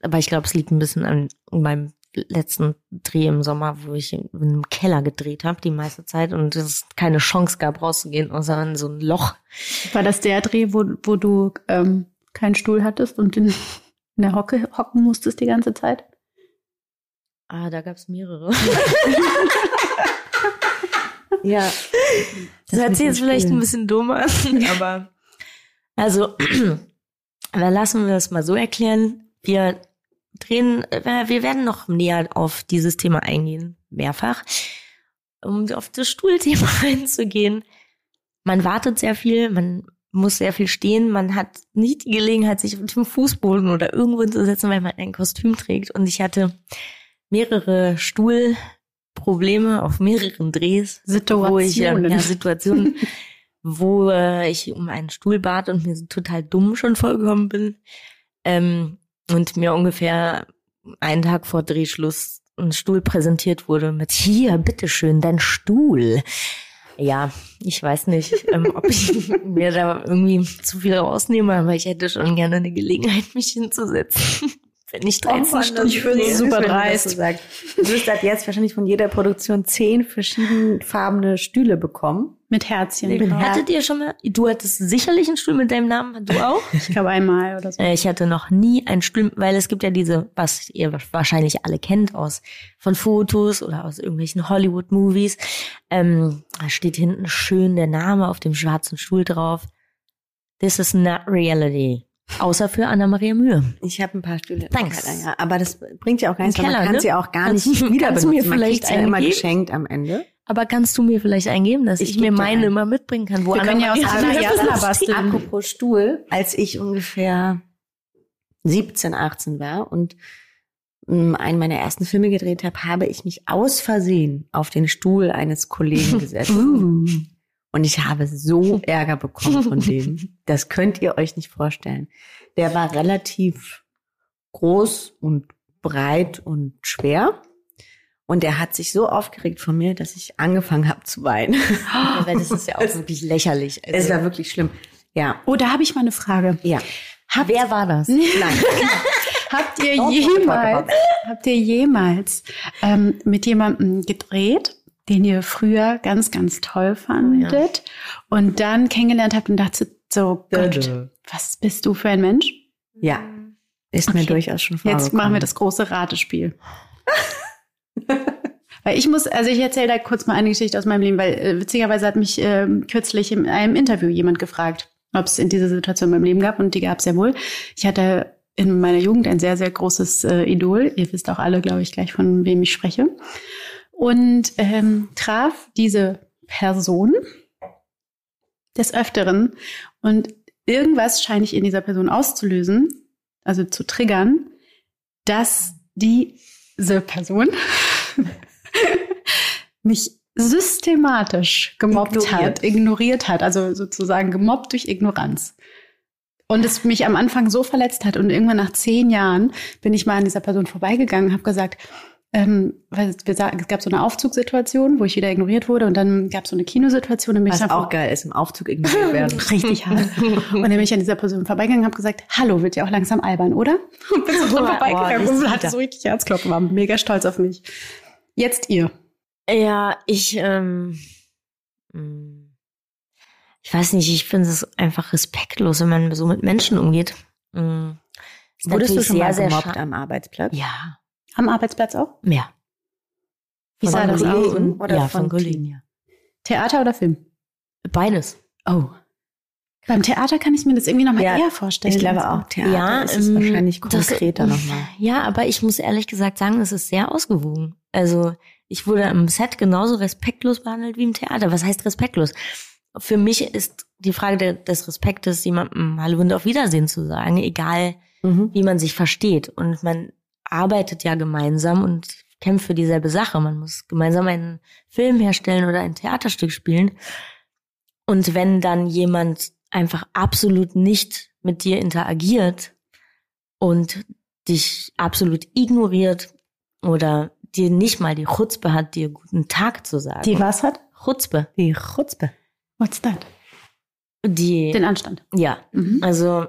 Speaker 3: aber ich glaube, es liegt ein bisschen an meinem letzten Dreh im Sommer, wo ich in einem Keller gedreht habe die meiste Zeit und es keine Chance gab, rauszugehen, außer in so ein Loch.
Speaker 2: War das der Dreh, wo, wo du ähm, keinen Stuhl hattest und in, in der Hocke hocken musstest die ganze Zeit?
Speaker 3: Ah, da gab es mehrere.
Speaker 4: Ja.
Speaker 3: Das hört sich jetzt
Speaker 4: mit den
Speaker 3: vielleicht ein
Speaker 4: Stühlen.
Speaker 3: bisschen dumm an, aber also, aber lassen wir das mal so erklären. Wir drehen, äh, wir werden noch näher auf dieses Thema eingehen, mehrfach, um auf das Stuhlthema einzugehen. Man wartet sehr viel, man muss sehr viel stehen, man hat nicht die Gelegenheit, sich auf dem Fußboden oder irgendwo hinzusetzen, weil man ein Kostüm trägt. Und ich hatte mehrere Stuhlprobleme auf mehreren Drehs wo ich ja,
Speaker 2: Situationen.
Speaker 3: ja Situationen, wo äh, ich um einen Stuhl bat und mir so total dumm schon vorgekommen bin ähm, und mir ungefähr einen Tag vor Drehschluss ein Stuhl präsentiert wurde mit hier bitteschön dein Stuhl. Ja, ich weiß nicht, ähm, ob ich mir da irgendwie zu viel rausnehme, aber ich hätte schon gerne eine Gelegenheit, mich hinzusetzen. Wenn
Speaker 4: Oh,
Speaker 3: ich 13 Stunden
Speaker 4: Ich finde
Speaker 3: drehe.
Speaker 4: es super
Speaker 2: Wenn du das
Speaker 4: dreist.
Speaker 2: so
Speaker 4: Du, du wirst ab jetzt wahrscheinlich von jeder Produktion zehn verschiedenfarbene Stühle bekommen.
Speaker 2: Mit Herzchen.
Speaker 4: Genau.
Speaker 2: drauf.
Speaker 3: Hattet ihr schon mal, du hattest sicherlich einen Stuhl mit deinem Namen, du auch?
Speaker 2: Ich glaube einmal oder so.
Speaker 3: Äh, Ich hatte noch nie einen Stuhl, weil es gibt ja diese, was ihr wahrscheinlich alle kennt aus von Fotos oder aus irgendwelchen Hollywood-Movies. Ähm, da steht hinten schön der Name auf dem schwarzen Stuhl drauf. This is not reality. Außer für Anna-Maria Mühe.
Speaker 4: Ich habe ein paar Stühle. im
Speaker 3: Thanks.
Speaker 4: Keller, ja. Aber das bringt ja auch gar nichts, weil man
Speaker 3: Keller,
Speaker 4: kann
Speaker 3: ne?
Speaker 4: sie auch gar
Speaker 3: Kannst-
Speaker 4: nicht wieder
Speaker 3: kannst du mir
Speaker 4: benutzen. Man
Speaker 3: vielleicht
Speaker 4: kriegt ja immer
Speaker 3: einen geben?
Speaker 4: geschenkt am Ende.
Speaker 3: Aber kannst du mir vielleicht eingeben, dass
Speaker 4: Ich
Speaker 3: ich, mir
Speaker 4: geb dir
Speaker 3: meine
Speaker 4: einen.
Speaker 3: immer mitbringen kann? Wo
Speaker 2: Wir können ja aus
Speaker 3: Anna-Maria
Speaker 2: Anna-
Speaker 3: Mühe-
Speaker 2: ja, Anna basteln.
Speaker 4: Apropos Stuhl, als ich ungefähr 17, 18 war und mm, einen meiner ersten Filme gedreht habe, habe ich mich aus Versehen auf den Stuhl eines Kollegen gesetzt.
Speaker 3: Uh.
Speaker 4: Und ich habe so Ärger bekommen von dem. Das könnt ihr euch nicht vorstellen. Der war relativ groß und breit und schwer. Und er hat sich so aufgeregt von mir, dass ich angefangen habe zu weinen.
Speaker 3: Ja, weil das ist ja auch wirklich lächerlich.
Speaker 4: Es
Speaker 3: Also,
Speaker 4: war wirklich schlimm. Ja,
Speaker 2: Oh, da habe ich mal eine Frage.
Speaker 4: ja.
Speaker 3: wer war das?
Speaker 4: Nein.
Speaker 2: Habt ihr
Speaker 4: Don't talk about
Speaker 2: jemals, habt ihr jemals ähm, mit jemandem gedreht, den ihr früher ganz, ganz toll fandet und dann kennengelernt habt und dachtet so, Gott, was bist du für ein Mensch?
Speaker 4: Ja, ist mir
Speaker 2: Okay.
Speaker 4: durchaus schon vorgekommen.
Speaker 2: Jetzt machen wir das große Ratespiel. weil ich muss, also ich erzähle da kurz mal eine Geschichte aus meinem Leben, weil äh, witzigerweise hat mich ähm, kürzlich in einem Interview jemand gefragt, ob es in dieser Situation in meinem Leben gab und die gab es ja wohl. Ich hatte in meiner Jugend ein sehr, sehr großes äh, Idol. Ihr wisst auch alle, glaube ich, gleich, von wem ich spreche. Und ähm, traf diese Person des Öfteren und irgendwas scheine ich in dieser Person auszulösen, also zu triggern, dass diese Person mich systematisch gemobbt
Speaker 4: Ignoriert.
Speaker 2: hat, ignoriert hat, also sozusagen gemobbt durch Ignoranz. Und es mich am Anfang so verletzt hat und irgendwann nach zehn Jahren bin ich mal an dieser Person vorbeigegangen, habe gesagt, ähm, weil wir sa- es gab so eine Aufzugssituation, wo ich wieder ignoriert wurde und dann gab es so eine Kinosituation, dann bin
Speaker 4: Was
Speaker 2: ich dann
Speaker 4: auch geil ist, im Aufzug ignoriert werden.
Speaker 2: richtig hart. Und dann bin ich an dieser Person vorbeigegangen und habe gesagt, hallo, wird ja auch langsam albern, oder? oh, Und bin so dran
Speaker 3: Boah,
Speaker 2: vorbeigegangen
Speaker 3: boah,
Speaker 2: und
Speaker 3: richtig
Speaker 2: hatte
Speaker 3: da.
Speaker 2: so richtig Herzklopfen, war mega stolz auf mich. Jetzt ihr.
Speaker 3: Ja, ich, ähm, mh, ich weiß nicht, ich finde es einfach respektlos, wenn man so mit Menschen umgeht. Mm.
Speaker 4: Ist
Speaker 3: Wurdest
Speaker 4: natürlich
Speaker 3: du schon
Speaker 4: sehr,
Speaker 3: mal
Speaker 4: sehr
Speaker 3: gemobbt?
Speaker 4: gemobbt am Arbeitsplatz?
Speaker 3: Ja,
Speaker 2: Am Arbeitsplatz auch?
Speaker 3: ja.
Speaker 2: Wie sah das
Speaker 4: Kollegen
Speaker 2: aus?
Speaker 3: Kollegen
Speaker 4: oder
Speaker 3: ja,
Speaker 4: von
Speaker 3: von Kollegen, ja.
Speaker 2: Theater oder Film?
Speaker 3: Beides.
Speaker 2: Oh. Beim Theater kann ich mir das irgendwie nochmal
Speaker 4: Ja,
Speaker 2: eher vorstellen.
Speaker 4: Ich glaube auch, Theater
Speaker 3: Ja,
Speaker 4: ist es
Speaker 3: ähm,
Speaker 4: wahrscheinlich
Speaker 3: das-
Speaker 4: konkreter nochmal.
Speaker 3: Ja, aber ich muss ehrlich gesagt sagen, es ist sehr ausgewogen. Also ich wurde im Set genauso respektlos behandelt wie im Theater. Was heißt respektlos? Für mich ist die Frage de des Respektes, jemandem Hallo und auf Wiedersehen zu sagen, egal
Speaker 4: Mhm.
Speaker 3: wie man sich versteht. Und man arbeitet ja gemeinsam und kämpft für dieselbe Sache. Man muss gemeinsam einen Film herstellen oder ein Theaterstück spielen. Und wenn dann jemand einfach absolut nicht mit dir interagiert und dich absolut ignoriert oder dir nicht mal die Chutzpe hat, dir guten Tag zu sagen.
Speaker 2: Die was hat?
Speaker 3: Chutzpe.
Speaker 4: Die Chutzpe,
Speaker 2: What's that?
Speaker 3: Die,
Speaker 2: Den Anstand.
Speaker 3: ja,
Speaker 2: Mhm.
Speaker 3: also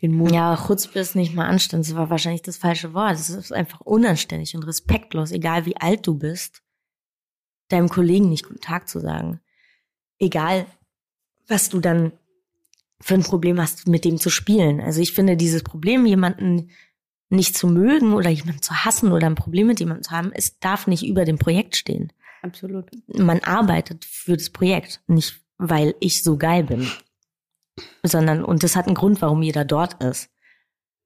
Speaker 4: den Mut.
Speaker 3: Ja, Chutzpe ist nicht mal anständig. Das war wahrscheinlich das falsche Wort. Es ist einfach unanständig und respektlos, egal wie alt du bist, deinem Kollegen nicht guten Tag zu sagen. Egal, was du dann für ein Problem hast, mit dem zu spielen. Also ich finde, dieses Problem, jemanden nicht zu mögen oder jemanden zu hassen oder ein Problem mit jemandem zu haben, es darf nicht über dem Projekt stehen.
Speaker 4: Absolut.
Speaker 3: Man arbeitet für das Projekt, nicht weil ich so geil bin, sondern und das hat einen Grund, warum jeder dort ist.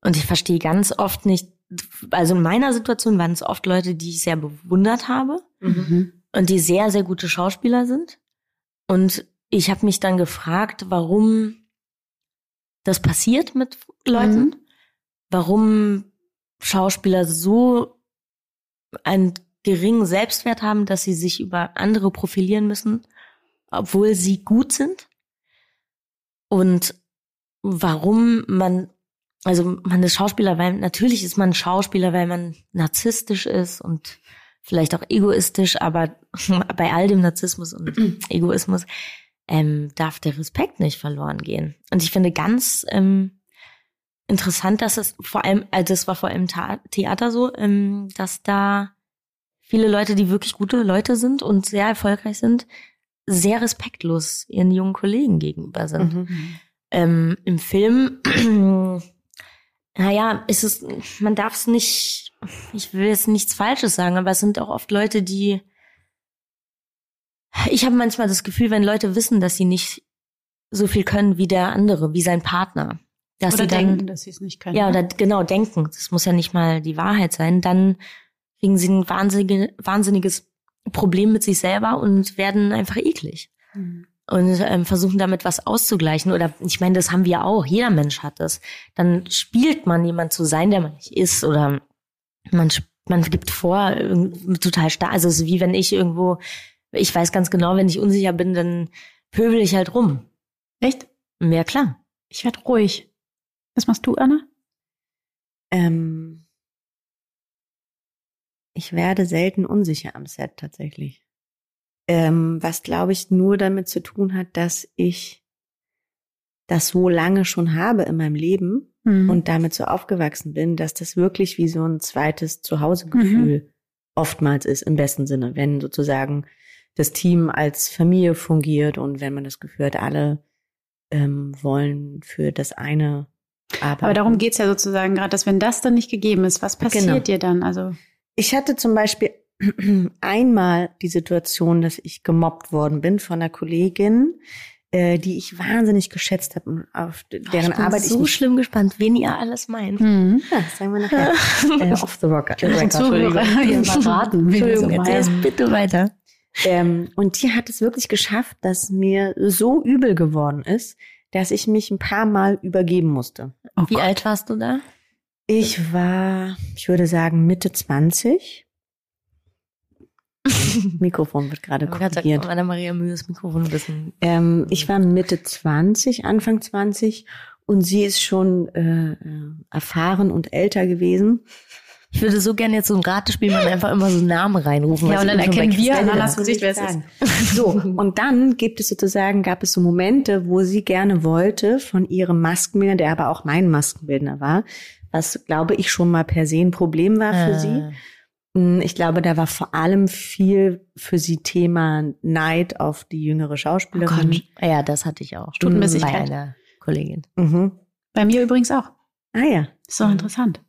Speaker 3: Und ich verstehe ganz oft nicht, also in meiner Situation waren es oft Leute, die ich sehr bewundert habe
Speaker 2: Mhm.
Speaker 3: und die sehr, sehr gute Schauspieler sind. Und ich habe mich dann gefragt, warum das passiert mit Leuten,
Speaker 2: Mhm.
Speaker 3: warum Schauspieler so einen geringen Selbstwert haben, dass sie sich über andere profilieren müssen, obwohl sie gut sind. Und warum man, also man ist Schauspieler, weil natürlich ist man Schauspieler, weil man narzisstisch ist und vielleicht auch egoistisch, aber bei all dem Narzissmus und Egoismus ähm, darf der Respekt nicht verloren gehen. Und ich finde ganz ähm, interessant, dass es vor allem, also das war vor allem Ta Theater so, ähm, dass da viele Leute, die wirklich gute Leute sind und sehr erfolgreich sind, sehr respektlos ihren jungen Kollegen gegenüber sind
Speaker 4: Mhm.
Speaker 3: ähm, im Film, naja, ist es, man darf es nicht, ich will jetzt nichts Falsches sagen, aber es sind auch oft Leute, die, ich habe manchmal das Gefühl, wenn Leute wissen, dass sie nicht so viel können wie der andere, wie sein Partner, dass
Speaker 2: Oder
Speaker 3: sie dann,
Speaker 2: denken, dass sie es nicht können. ne?
Speaker 3: ja, oder genau, denken, das muss ja nicht mal die Wahrheit sein, dann kriegen sie ein wahnsinnige, wahnsinniges Problem mit sich selber und werden einfach eklig
Speaker 2: Mhm.
Speaker 3: und ähm, versuchen damit was auszugleichen. Oder ich meine, das haben wir auch. Jeder Mensch hat das. Dann spielt man jemand zu sein, der man nicht ist. Oder man, sp- man gibt vor, irgend- total stark. Also es ist wie wenn ich irgendwo, ich weiß ganz genau, wenn ich unsicher bin, dann pöbel ich halt rum.
Speaker 2: Echt?
Speaker 3: Ja, klar.
Speaker 2: Ich werde ruhig. Was machst du, Anna?
Speaker 4: Ähm, ich werde selten unsicher am Set tatsächlich. Ähm, was glaube ich nur damit zu tun hat, dass ich das so lange schon habe in meinem Leben
Speaker 2: Mhm.
Speaker 3: Mhm.
Speaker 4: und damit so aufgewachsen bin, dass das wirklich wie so ein zweites Zuhausegefühl
Speaker 3: Mhm.
Speaker 4: oftmals ist, im besten Sinne, wenn sozusagen das Team als Familie fungiert und wenn man das Gefühl hat, alle ähm, wollen für das eine arbeiten.
Speaker 2: Aber darum geht's ja sozusagen gerade, dass wenn das dann nicht gegeben ist, was passiert
Speaker 4: Genau.
Speaker 2: dir dann? Also,
Speaker 4: Ich hatte zum Beispiel einmal die Situation, dass ich gemobbt worden bin von einer Kollegin, äh, die ich wahnsinnig geschätzt habe, und auf d- deren
Speaker 3: ich bin
Speaker 4: Arbeit
Speaker 3: so
Speaker 4: ich mich,
Speaker 3: schlimm gespannt, wen ihr alles meint.
Speaker 2: Mhm.
Speaker 4: Ja, das sagen wir nachher, äh, off the rocker.
Speaker 2: Zuhörer, ihr verraten, wen wir so
Speaker 3: Entschuldigung, erzähl
Speaker 2: meinen.
Speaker 3: es bitte weiter.
Speaker 4: Ähm, und die hat es wirklich geschafft, dass mir so übel geworden ist, dass ich mich ein paar Mal übergeben musste.
Speaker 2: Oh
Speaker 3: Wie
Speaker 2: Gott.
Speaker 3: alt warst du da?
Speaker 4: Ich war, ich würde sagen, Mitte 20. Mikrofon wird gerade
Speaker 3: Ich hab
Speaker 4: korrigiert.
Speaker 3: gesagt, Anna-Maria Mühe, das Mikrofon ein bisschen
Speaker 4: Ähm, ich war Mitte 20, Anfang 20 und sie ist schon äh, äh, erfahren und älter gewesen.
Speaker 3: Ich würde so gerne jetzt so ein Ratespiel machen, einfach immer so einen Namen reinrufen.
Speaker 2: Ja,
Speaker 3: weil
Speaker 2: und
Speaker 3: ich
Speaker 2: dann
Speaker 3: bin schon
Speaker 2: erkennen
Speaker 3: bei
Speaker 2: wir
Speaker 3: Christelle.
Speaker 2: an Annas Gesicht, wer es ist.
Speaker 4: ist. So, und dann gibt es sozusagen, gab es so Momente, wo sie gerne wollte von ihrem Maskenbildner, der aber auch mein Maskenbildner war, was, glaube ich, schon mal per se ein Problem war für
Speaker 3: Ah.
Speaker 4: sie. Mm, Ich glaube, da war vor allem viel für sie Thema Neid auf die jüngere Schauspielerin.
Speaker 3: Oh Ja, das hatte ich auch.
Speaker 2: Stutenbissigkeit.
Speaker 3: Bei einer Kollegin.
Speaker 4: Mhm.
Speaker 2: Bei mir übrigens auch.
Speaker 4: Ah ja.
Speaker 2: Ist doch interessant.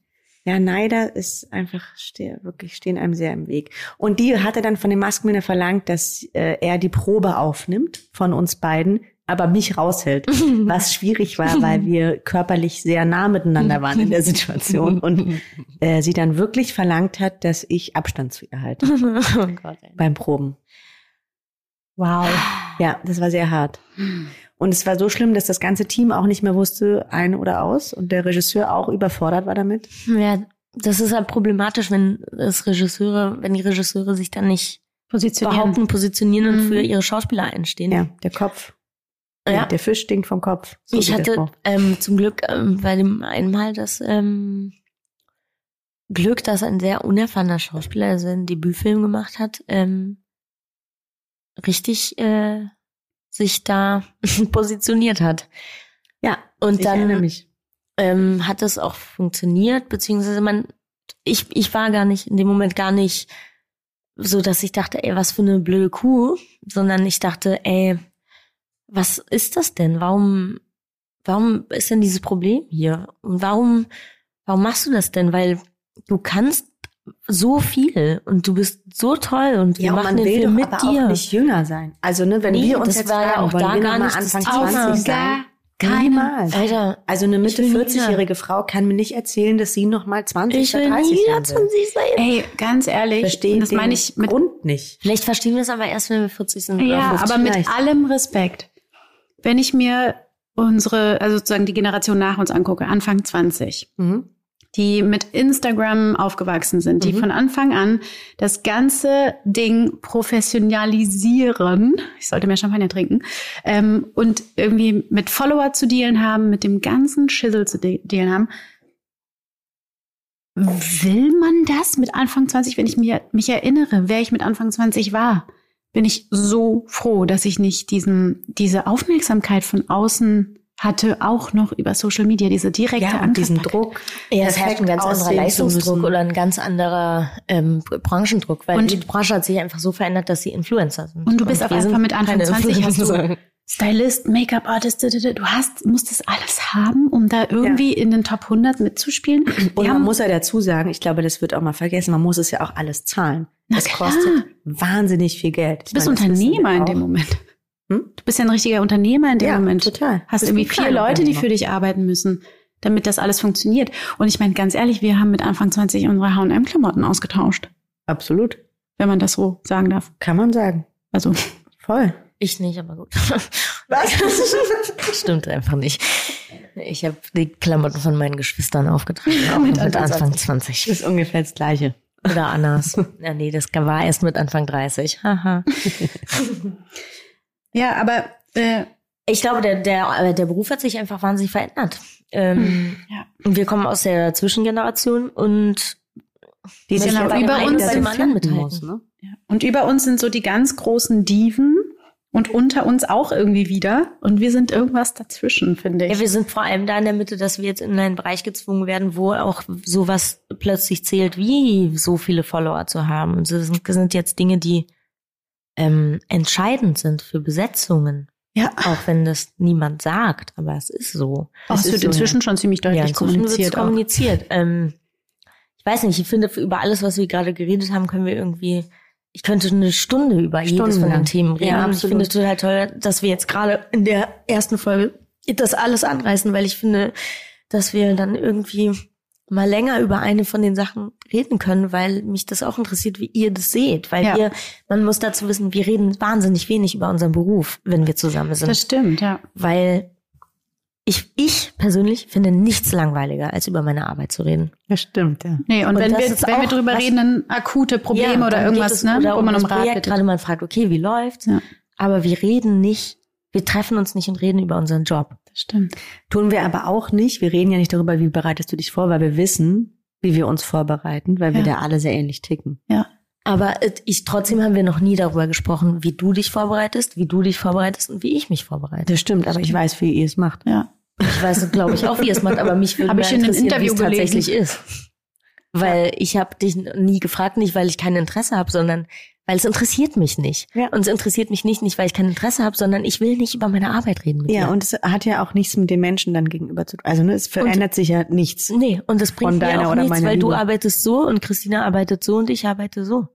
Speaker 4: Ja, Neider ist einfach ste wirklich stehen einem sehr im Weg. Und die hat er dann von dem Maskenmänner verlangt, dass äh, er die Probe aufnimmt von uns beiden, aber mich raushält, was schwierig war, weil wir körperlich sehr nah miteinander waren in der Situation und äh, sie dann wirklich verlangt hat, dass ich Abstand zu ihr halte
Speaker 3: oh Gott. ey.
Speaker 4: beim Proben.
Speaker 2: Wow.
Speaker 4: Ja, das war sehr hart. Und es war so schlimm, dass das ganze Team auch nicht mehr wusste, ein oder aus. Und der Regisseur auch überfordert war damit.
Speaker 3: Ja, das ist halt problematisch, wenn es Regisseure, wenn die Regisseure sich dann nicht
Speaker 2: Positionieren.
Speaker 3: behaupten, positionieren und
Speaker 2: Mhm.
Speaker 3: für ihre Schauspieler einstehen.
Speaker 4: Ja, der Kopf.
Speaker 3: Ja.
Speaker 4: Der Fisch stinkt vom Kopf. So
Speaker 3: ich
Speaker 4: geht der
Speaker 3: hatte
Speaker 4: Spruch.
Speaker 3: ähm, zum Glück ähm, bei dem einmal das ähm, Glück, dass ein sehr unerfahrener Schauspieler, der seinen Debütfilm gemacht hat, ähm, richtig äh, sich da positioniert hat.
Speaker 4: Ja,
Speaker 3: Und
Speaker 4: ich
Speaker 3: dann
Speaker 4: erinnere mich.
Speaker 3: ähm, hat es auch funktioniert, beziehungsweise man, ich, ich war gar nicht, in dem Moment gar nicht so, dass ich dachte, ey, was für eine blöde Kuh, sondern ich dachte, ey, was ist das denn? Warum, warum ist denn dieses Problem hier? Und warum, warum machst du das denn? Weil du kannst so viel und du bist so toll und wir
Speaker 4: Ja, und
Speaker 3: machen
Speaker 4: man
Speaker 3: den
Speaker 4: will
Speaker 3: Film
Speaker 4: doch
Speaker 3: mit
Speaker 4: aber
Speaker 3: dir.
Speaker 4: auch nicht jünger sein. Also, ne, wenn
Speaker 3: Nee,
Speaker 4: wir uns
Speaker 3: das
Speaker 4: jetzt
Speaker 3: war ja
Speaker 4: fragen,
Speaker 3: auch
Speaker 4: wollen
Speaker 3: da
Speaker 4: wir
Speaker 3: gar
Speaker 4: noch mal
Speaker 3: nicht das
Speaker 4: Anfang
Speaker 3: Thema.
Speaker 4: 20 sein?
Speaker 2: gar keine.
Speaker 4: Niemals.
Speaker 3: Alter,
Speaker 4: Also eine Mitte
Speaker 3: will nie
Speaker 4: 40-jährige Frau kann mir nicht erzählen, dass sie noch mal 20
Speaker 3: ich
Speaker 4: oder
Speaker 3: will
Speaker 4: 30
Speaker 3: nie wieder
Speaker 4: sein will.
Speaker 3: 20 sein.
Speaker 2: Ey, ganz ehrlich,
Speaker 4: Verstehe
Speaker 2: und das
Speaker 4: den
Speaker 2: meine ich mit
Speaker 4: Grund nicht.
Speaker 3: Vielleicht verstehen wir es aber erst, wenn wir 40 sind. oder
Speaker 2: Ja,
Speaker 3: 50.
Speaker 2: aber mit
Speaker 4: vielleicht.
Speaker 2: allem Respekt. Wenn ich mir unsere, also sozusagen die Generation nach uns angucke, Anfang 20,
Speaker 4: Mhm.
Speaker 2: die mit Instagram aufgewachsen sind, die
Speaker 4: Mhm.
Speaker 2: von Anfang an das ganze Ding professionalisieren, ich sollte mehr Champagner trinken, ähm, und irgendwie mit Follower zu dealen haben, mit dem ganzen Schissel zu de dealen haben. Will man das mit Anfang 20, wenn ich mir, mich erinnere, wer ich mit Anfang 20 war, bin ich so froh, dass ich nicht diesen, diese Aufmerksamkeit von außen hatte, auch noch über Social Media, diese direkte
Speaker 4: Ja, und diesen
Speaker 2: Anfangsbarkeit.
Speaker 4: Druck.
Speaker 3: Ja, es herrscht ein ganz
Speaker 4: perfekt
Speaker 3: anderer
Speaker 4: aussehen zu
Speaker 3: Leistungsdruck
Speaker 4: müssen.
Speaker 3: oder ein ganz anderer ähm, Br- Branchendruck, weil
Speaker 2: Und-
Speaker 3: die Branche hat sich einfach so verändert, dass sie Influencer sind.
Speaker 2: Und du bist auf
Speaker 3: wir
Speaker 2: jeden
Speaker 3: sind
Speaker 2: Fall mit Anfang
Speaker 3: keine
Speaker 2: 20 hast
Speaker 3: Influencer.
Speaker 2: du Stylist, Make-up-Artist, d- d- d- du hast, musst das alles haben, um da irgendwie in den Top 100 mitzuspielen.
Speaker 4: Und
Speaker 2: Die
Speaker 4: man
Speaker 2: haben-
Speaker 4: muss ja dazu sagen, ich glaube, das wird auch mal vergessen, man muss es ja auch alles zahlen.
Speaker 2: Na
Speaker 4: Das
Speaker 2: klar.
Speaker 4: kostet wahnsinnig viel Geld.
Speaker 2: du bist Unternehmer in dem Moment.
Speaker 4: Hm?
Speaker 2: Du bist ja ein richtiger Unternehmer in dem
Speaker 4: Ja,
Speaker 2: Moment.
Speaker 4: total.
Speaker 2: Hast
Speaker 4: Bist
Speaker 2: irgendwie
Speaker 4: ein
Speaker 2: vier
Speaker 4: kleiner
Speaker 2: Leute, die
Speaker 4: Unternehmer.
Speaker 2: für dich arbeiten müssen, damit das alles funktioniert. Und ich meine, ganz ehrlich, wir haben mit Anfang 20 unsere H&M-Klamotten ausgetauscht,
Speaker 4: Absolut.
Speaker 2: wenn man das so sagen darf.
Speaker 4: Kann man sagen.
Speaker 2: Also,
Speaker 4: Voll.
Speaker 3: Ich nicht, aber gut.
Speaker 4: Was?
Speaker 3: Stimmt einfach nicht. Ich habe die Klamotten von meinen Geschwistern aufgetragen. auch mit Anfang 20.
Speaker 4: ist ungefähr das Gleiche.
Speaker 3: Oder anders. Ja, nee, das war erst mit Anfang 30. Haha.
Speaker 2: ja, aber äh,
Speaker 3: Ich glaube, der, der, aber der Beruf hat sich einfach wahnsinnig verändert. Ähm,
Speaker 2: Hm, ja.
Speaker 3: und Wir kommen aus der Zwischengeneration und
Speaker 4: Die
Speaker 2: Genau,
Speaker 4: aber
Speaker 2: über
Speaker 4: auch
Speaker 2: uns
Speaker 4: das
Speaker 2: beim
Speaker 4: empfinden
Speaker 3: anderen mithalten.
Speaker 4: ne?
Speaker 2: Und über uns sind so die ganz großen Diven und unter uns auch irgendwie wieder. Und wir sind irgendwas dazwischen, finde
Speaker 3: Ja,
Speaker 2: ich.
Speaker 3: wir sind vor allem da in der Mitte, dass wir jetzt in einen Bereich gezwungen werden, wo auch sowas plötzlich zählt, wie so viele Follower zu haben. Und das sind, das sind jetzt Dinge, die ähm, entscheidend sind für Besetzungen,
Speaker 2: Ja,
Speaker 3: auch wenn das niemand sagt, aber es ist so.
Speaker 2: oh, es
Speaker 4: ist
Speaker 2: wird
Speaker 4: so,
Speaker 2: inzwischen schon ziemlich deutlich
Speaker 3: inzwischen wird's
Speaker 2: kommuniziert. Auch.
Speaker 3: kommuniziert. Ähm, ich weiß nicht, ich finde, für- über alles, was wir gerade geredet haben, können wir irgendwie, ich könnte eine Stunde über jedes von den
Speaker 4: Stundenlang.
Speaker 3: Themen reden.
Speaker 4: Ja,
Speaker 3: Und ich
Speaker 4: absolut.
Speaker 3: finde es total toll, dass wir jetzt gerade in der ersten Folge das alles anreißen, weil ich finde, dass wir dann irgendwie mal länger über eine von den Sachen reden können, weil mich das auch interessiert, wie ihr das seht. Weil
Speaker 2: Ja.
Speaker 3: wir, man muss dazu wissen, wir reden wahnsinnig wenig über unseren Beruf, wenn wir zusammen sind
Speaker 2: Das stimmt, ja.
Speaker 3: weil ich, ich persönlich finde nichts langweiliger, als über meine Arbeit zu reden.
Speaker 4: Das stimmt, ja.
Speaker 2: Nee, und,
Speaker 3: Und
Speaker 2: wenn,
Speaker 3: das
Speaker 2: wir,
Speaker 3: ist
Speaker 2: wenn wir
Speaker 3: auch
Speaker 2: drüber
Speaker 3: was-
Speaker 2: reden, dann akute Probleme
Speaker 3: Ja,
Speaker 2: oder
Speaker 3: dann geht
Speaker 2: irgendwas,
Speaker 3: es-
Speaker 2: ne,
Speaker 3: oder
Speaker 2: wo
Speaker 3: um
Speaker 2: man
Speaker 3: das
Speaker 2: um Rat
Speaker 3: Projekt
Speaker 2: bittet.
Speaker 3: gerade man fragt, okay, wie läuft's?
Speaker 2: Ja.
Speaker 3: Aber wir reden nicht, wir treffen uns nicht und reden über unseren Job.
Speaker 2: Das stimmt.
Speaker 4: Tun wir aber auch nicht. Wir reden ja nicht darüber, wie bereitest du dich vor, weil wir wissen, wie wir uns vorbereiten, weil wir
Speaker 2: Ja.
Speaker 4: da alle sehr ähnlich ticken.
Speaker 3: Aber äh, ich, trotzdem haben wir noch nie darüber gesprochen, wie du dich vorbereitest, wie du dich vorbereitest und wie ich mich vorbereite.
Speaker 4: Das stimmt, aber ich weiß, wie ihr es macht.
Speaker 2: Ja.
Speaker 3: Ich weiß, glaube ich, auch, wie ihr es macht, aber mich würde
Speaker 2: Hab
Speaker 3: mal
Speaker 2: ich in einem
Speaker 3: interessieren, wie es
Speaker 2: Interview gelesen.
Speaker 3: tatsächlich ist. Weil ich habe dich nie gefragt, nicht weil ich kein Interesse habe, sondern weil es interessiert mich nicht.
Speaker 4: Ja.
Speaker 3: Und es interessiert mich nicht, nicht weil ich kein Interesse habe, sondern ich will nicht über meine Arbeit reden mit
Speaker 4: Ja,
Speaker 3: dir.
Speaker 4: und es hat ja auch nichts mit dem Menschen dann gegenüber zu tun. Also ne, es verändert sich ja nichts.
Speaker 2: Mhm.
Speaker 3: Nee, und das
Speaker 4: Von
Speaker 3: bringt
Speaker 4: deiner
Speaker 3: mir auch
Speaker 4: oder
Speaker 3: nichts,
Speaker 4: meiner
Speaker 3: weil du
Speaker 4: Liebe.
Speaker 3: arbeitest so und Christina arbeitet so und ich arbeite so.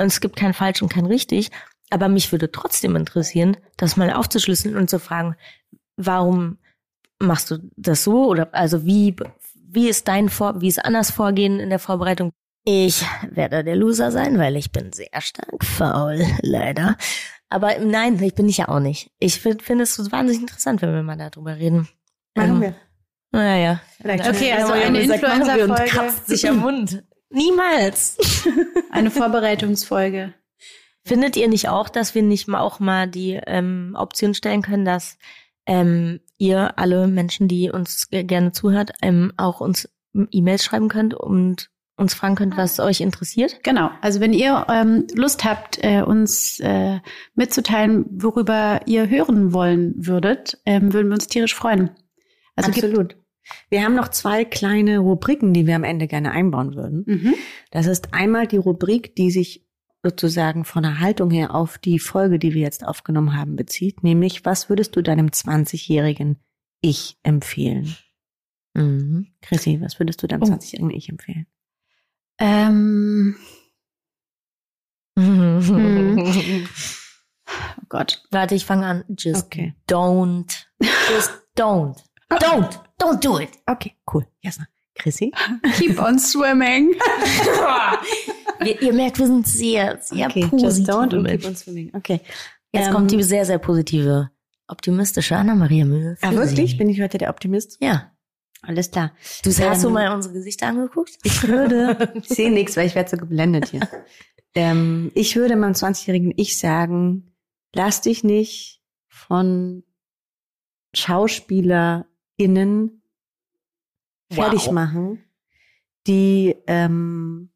Speaker 3: Und es gibt kein falsch und kein richtig. Aber mich würde trotzdem interessieren, das mal aufzuschlüsseln und zu fragen, warum machst du das so? Oder also wie, wie ist dein Vor, wie ist anders vorgehen in der Vorbereitung? Ich werde der Loser sein, weil ich bin sehr stark faul, leider. Aber nein, ich bin ich ja auch nicht. Ich finde find es wahnsinnig interessant, wenn wir mal darüber reden. Ähm, Naja, ja.
Speaker 4: Vielleicht
Speaker 2: Okay,
Speaker 3: Genau,
Speaker 2: also
Speaker 3: ja,
Speaker 2: eine
Speaker 3: man sagt, machen wir
Speaker 2: Influencer-Folge.
Speaker 3: Und kratzt sich am Mund. Niemals.
Speaker 2: Eine Vorbereitungsfolge.
Speaker 3: Findet ihr nicht auch, dass wir nicht mal auch mal die ähm, Option stellen können, dass ähm, ihr alle Menschen, die uns ge- gerne zuhört, ähm, auch uns E-Mails schreiben könnt und uns fragen könnt, was euch interessiert?
Speaker 2: Genau, also wenn ihr ähm, Lust habt, äh, uns äh, mitzuteilen, worüber ihr hören wollen würdet, ähm, würden wir uns tierisch freuen. Also gibt,
Speaker 4: Absolut. Wir haben noch zwei kleine Rubriken, die wir am Ende gerne einbauen würden.
Speaker 2: mhm.
Speaker 4: Das ist einmal die Rubrik, die sich sozusagen von der Haltung her auf die Folge, die wir jetzt aufgenommen haben, bezieht, nämlich was würdest du deinem 20-jährigen Ich empfehlen?
Speaker 3: Mhm.
Speaker 4: Chrissy, was würdest du deinem
Speaker 2: Oh.
Speaker 4: 20-jährigen Ich empfehlen?
Speaker 2: ähm, Mhm. oh Gott.
Speaker 3: Warte, ich fange an. Just
Speaker 4: Okay.
Speaker 3: don't. Just don't. Don't. Don't do it.
Speaker 4: Okay, cool. Ah, Jasna. Chrissy?
Speaker 2: Keep on swimming.
Speaker 3: ihr, ihr merkt, wir sind sehr, sehr positive
Speaker 4: just don't und keep
Speaker 3: Menschen.
Speaker 4: on swimming. Okay.
Speaker 3: Jetzt
Speaker 4: Ähm,
Speaker 3: kommt die sehr, sehr positive, optimistische Anna-Maria Mühe.
Speaker 4: Ah,
Speaker 3: für
Speaker 4: wirklich?
Speaker 3: Sie.
Speaker 4: Bin ich heute der Optimist?
Speaker 3: ja.
Speaker 4: Alles klar.
Speaker 3: Du hast du
Speaker 4: Ähm,
Speaker 3: mal unsere Gesichter angeguckt?
Speaker 4: Ich würde, ich sehe nichts, weil ich werde so geblendet hier. ähm, ich würde meinem 20-jährigen Ich sagen, lass dich nicht von SchauspielerInnen fertig
Speaker 3: Wow.
Speaker 4: machen, die, ähm,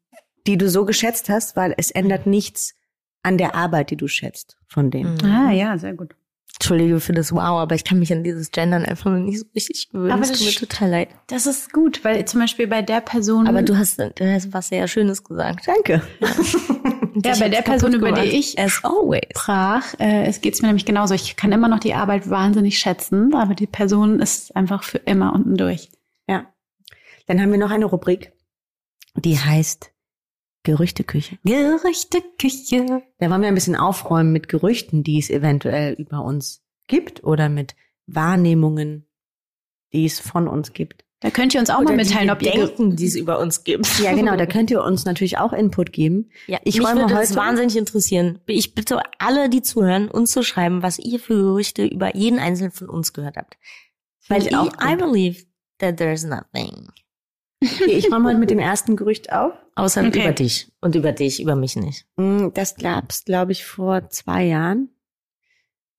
Speaker 4: die du so geschätzt hast, weil es ändert nichts an der Arbeit, die du schätzt von dem.
Speaker 2: Ah ja, sehr gut.
Speaker 3: Entschuldige für das Wow, aber ich kann mich an dieses Gendern einfach nicht so richtig gewöhnen.
Speaker 2: Aber
Speaker 3: Es
Speaker 2: das
Speaker 3: tut mir
Speaker 2: st-
Speaker 3: total leid.
Speaker 2: Das ist gut, weil zum Beispiel bei der Person,
Speaker 3: Aber du hast, du hast was sehr Schönes gesagt.
Speaker 4: Danke.
Speaker 2: ja, bei der Person, über die ich
Speaker 3: As always.
Speaker 2: sprach, äh, es geht's mir nämlich genauso. Ich kann immer noch die Arbeit wahnsinnig schätzen, aber die Person ist einfach für immer unten durch.
Speaker 4: Ja. Dann haben wir noch eine Rubrik, die heißt Gerüchteküche.
Speaker 3: Gerüchteküche.
Speaker 4: Da wollen wir ein bisschen aufräumen mit Gerüchten, die es eventuell über uns gibt oder mit Wahrnehmungen, die es von uns gibt.
Speaker 2: Da könnt ihr uns auch
Speaker 3: Oder
Speaker 2: mal
Speaker 3: die
Speaker 2: mitteilen, ob ihr ge-
Speaker 3: Gedenken, die es über uns gibt.
Speaker 4: Ja, genau, da könnt ihr uns natürlich auch Input geben.
Speaker 3: Ja,
Speaker 4: Ich
Speaker 3: ich mich
Speaker 4: räume
Speaker 3: würde
Speaker 4: heute-
Speaker 3: das wahnsinnig interessieren. Ich bitte alle, die zuhören, uns zu schreiben, was ihr für Gerüchte über jeden einzelnen von uns gehört habt.
Speaker 4: Finde
Speaker 3: Weil
Speaker 4: ich
Speaker 3: ich,
Speaker 4: auch
Speaker 3: I
Speaker 4: gut.
Speaker 3: believe that there's nothing.
Speaker 4: Okay, ich räume heute mit dem ersten Gerücht auf.
Speaker 3: Außer
Speaker 2: Okay.
Speaker 3: über dich. Und über dich, über mich nicht.
Speaker 4: Mm, Das gab's, glaube ich, vor zwei Jahren.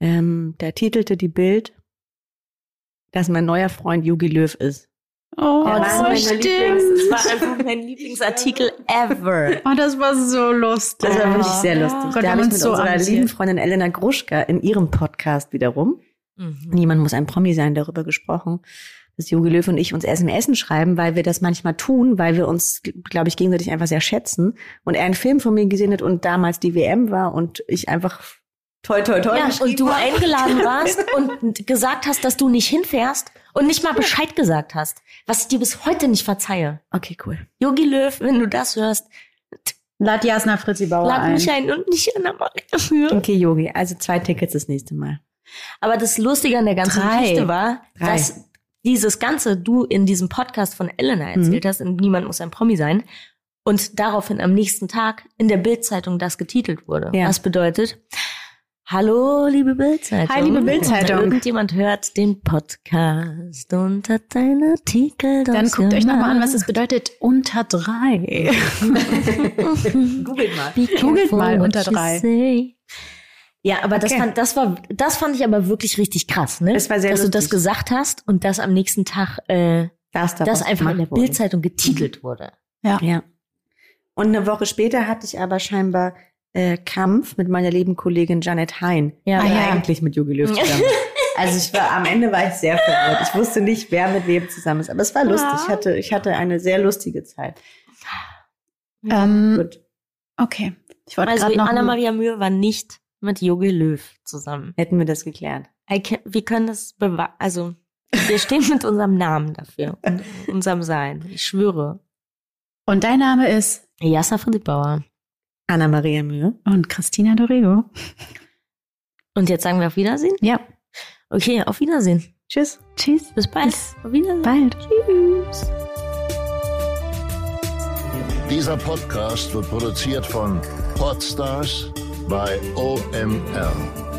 Speaker 4: Ähm, da titelte die Bild, dass mein neuer Freund Yogi Löw ist.
Speaker 2: Oh,
Speaker 4: Ja,
Speaker 2: das
Speaker 4: das
Speaker 2: war
Speaker 4: meine
Speaker 2: stimmt.
Speaker 3: war einfach mein Lieblingsartikel ever.
Speaker 2: Oh, das war so lustig.
Speaker 4: Das war wirklich sehr lustig.
Speaker 2: Ah. Gott, wir
Speaker 4: da
Speaker 2: haben
Speaker 4: habe ich
Speaker 2: uns
Speaker 4: mit
Speaker 2: so
Speaker 4: unserer
Speaker 2: amüsiert.
Speaker 4: lieben Freundin Elena Gruschka in ihrem Podcast wiederum
Speaker 3: Mhm.
Speaker 4: niemand muss ein Promi sein, darüber gesprochen, dass Jogi Löw und ich uns SMS schreiben, weil wir das manchmal tun, weil wir uns, glaube ich, gegenseitig einfach sehr schätzen. Und er einen Film von mir gesehen hat und damals die WM war und ich einfach toi toi toi
Speaker 3: Ja,
Speaker 4: geschrieben
Speaker 3: und du
Speaker 4: habe.
Speaker 3: eingeladen warst und gesagt hast, dass du nicht hinfährst und nicht mal Bescheid gesagt hast, was ich dir bis heute nicht verzeihe.
Speaker 4: Okay, cool.
Speaker 3: Jogi Löw, wenn du das hörst,
Speaker 2: Lad Jasna Fritzi Bauer
Speaker 3: lad mich
Speaker 2: Oh, ein.
Speaker 3: ein und nicht Anna Maria.
Speaker 4: Okay, Yogi, also zwei Tickets das nächste Mal.
Speaker 3: Aber das Lustige an der ganzen
Speaker 4: Drei.
Speaker 3: Geschichte war,
Speaker 4: Drei.
Speaker 3: dass dieses Ganze du in diesem Podcast von Elena
Speaker 2: Mhm.
Speaker 3: erzählt hast, in Niemand muss ein Promi sein, und daraufhin am nächsten Tag in der Bildzeitung das getitelt wurde.
Speaker 4: Ja.
Speaker 3: Was bedeutet, hallo, liebe Bildzeitung.
Speaker 2: Hi, liebe Bildzeitung.
Speaker 3: Wenn Irgendjemand hört den Podcast und hat deinen Artikel
Speaker 2: Dann
Speaker 3: dort
Speaker 2: guckt euch nochmal an, was
Speaker 3: gemacht.
Speaker 2: es bedeutet. Unter drei.
Speaker 4: Googelt mal.
Speaker 3: Be
Speaker 2: Googelt
Speaker 3: careful
Speaker 2: mal
Speaker 3: what
Speaker 2: unter
Speaker 3: you
Speaker 2: drei.
Speaker 3: say. Ja, aber das
Speaker 4: Okay.
Speaker 3: fand, das war, das fand ich aber wirklich richtig krass, ne?
Speaker 4: Das war sehr
Speaker 3: Dass du das
Speaker 4: lustig.
Speaker 3: gesagt hast und dass am nächsten Tag, äh,
Speaker 4: Das,
Speaker 3: das einfach in der Bildzeitung getitelt wurde.
Speaker 4: Ja. Und eine Woche später hatte ich aber scheinbar äh, Kampf mit meiner lieben Kollegin Janet Hein.
Speaker 3: Ja,
Speaker 4: die
Speaker 2: Ah, ja.
Speaker 4: eigentlich mit Jogi Löw zusammen. ist. Also ich war am Ende war ich sehr verwirrt. Ich wusste nicht, wer mit wem zusammen ist. Aber es war
Speaker 2: Ah.
Speaker 4: lustig. Ich hatte, ich hatte eine sehr lustige Zeit.
Speaker 2: Ähm,
Speaker 4: Gut.
Speaker 2: okay. Ich wollte
Speaker 3: Also
Speaker 2: gerade noch.
Speaker 3: Anna-Maria Mühe war nicht mit Jogi Löw zusammen.
Speaker 4: Hätten wir das geklärt.
Speaker 3: I can, wir können das bewahren. Also, wir stehen mit unserem Namen dafür. Und unserem Sein. Ich schwöre.
Speaker 2: und dein Name ist?
Speaker 3: Jasser Philipp Bauer.
Speaker 4: Anna-Maria Mühe.
Speaker 2: Und Christina Dorego.
Speaker 3: Und jetzt sagen wir auf Wiedersehen?
Speaker 2: Ja.
Speaker 3: Okay, auf Wiedersehen.
Speaker 4: Tschüss.
Speaker 2: Tschüss.
Speaker 3: Bis bald.
Speaker 2: Bis
Speaker 3: auf Wiedersehen.
Speaker 2: Bald.
Speaker 3: Tschüss.
Speaker 1: Dieser Podcast wird produziert von Podstars bei OMR.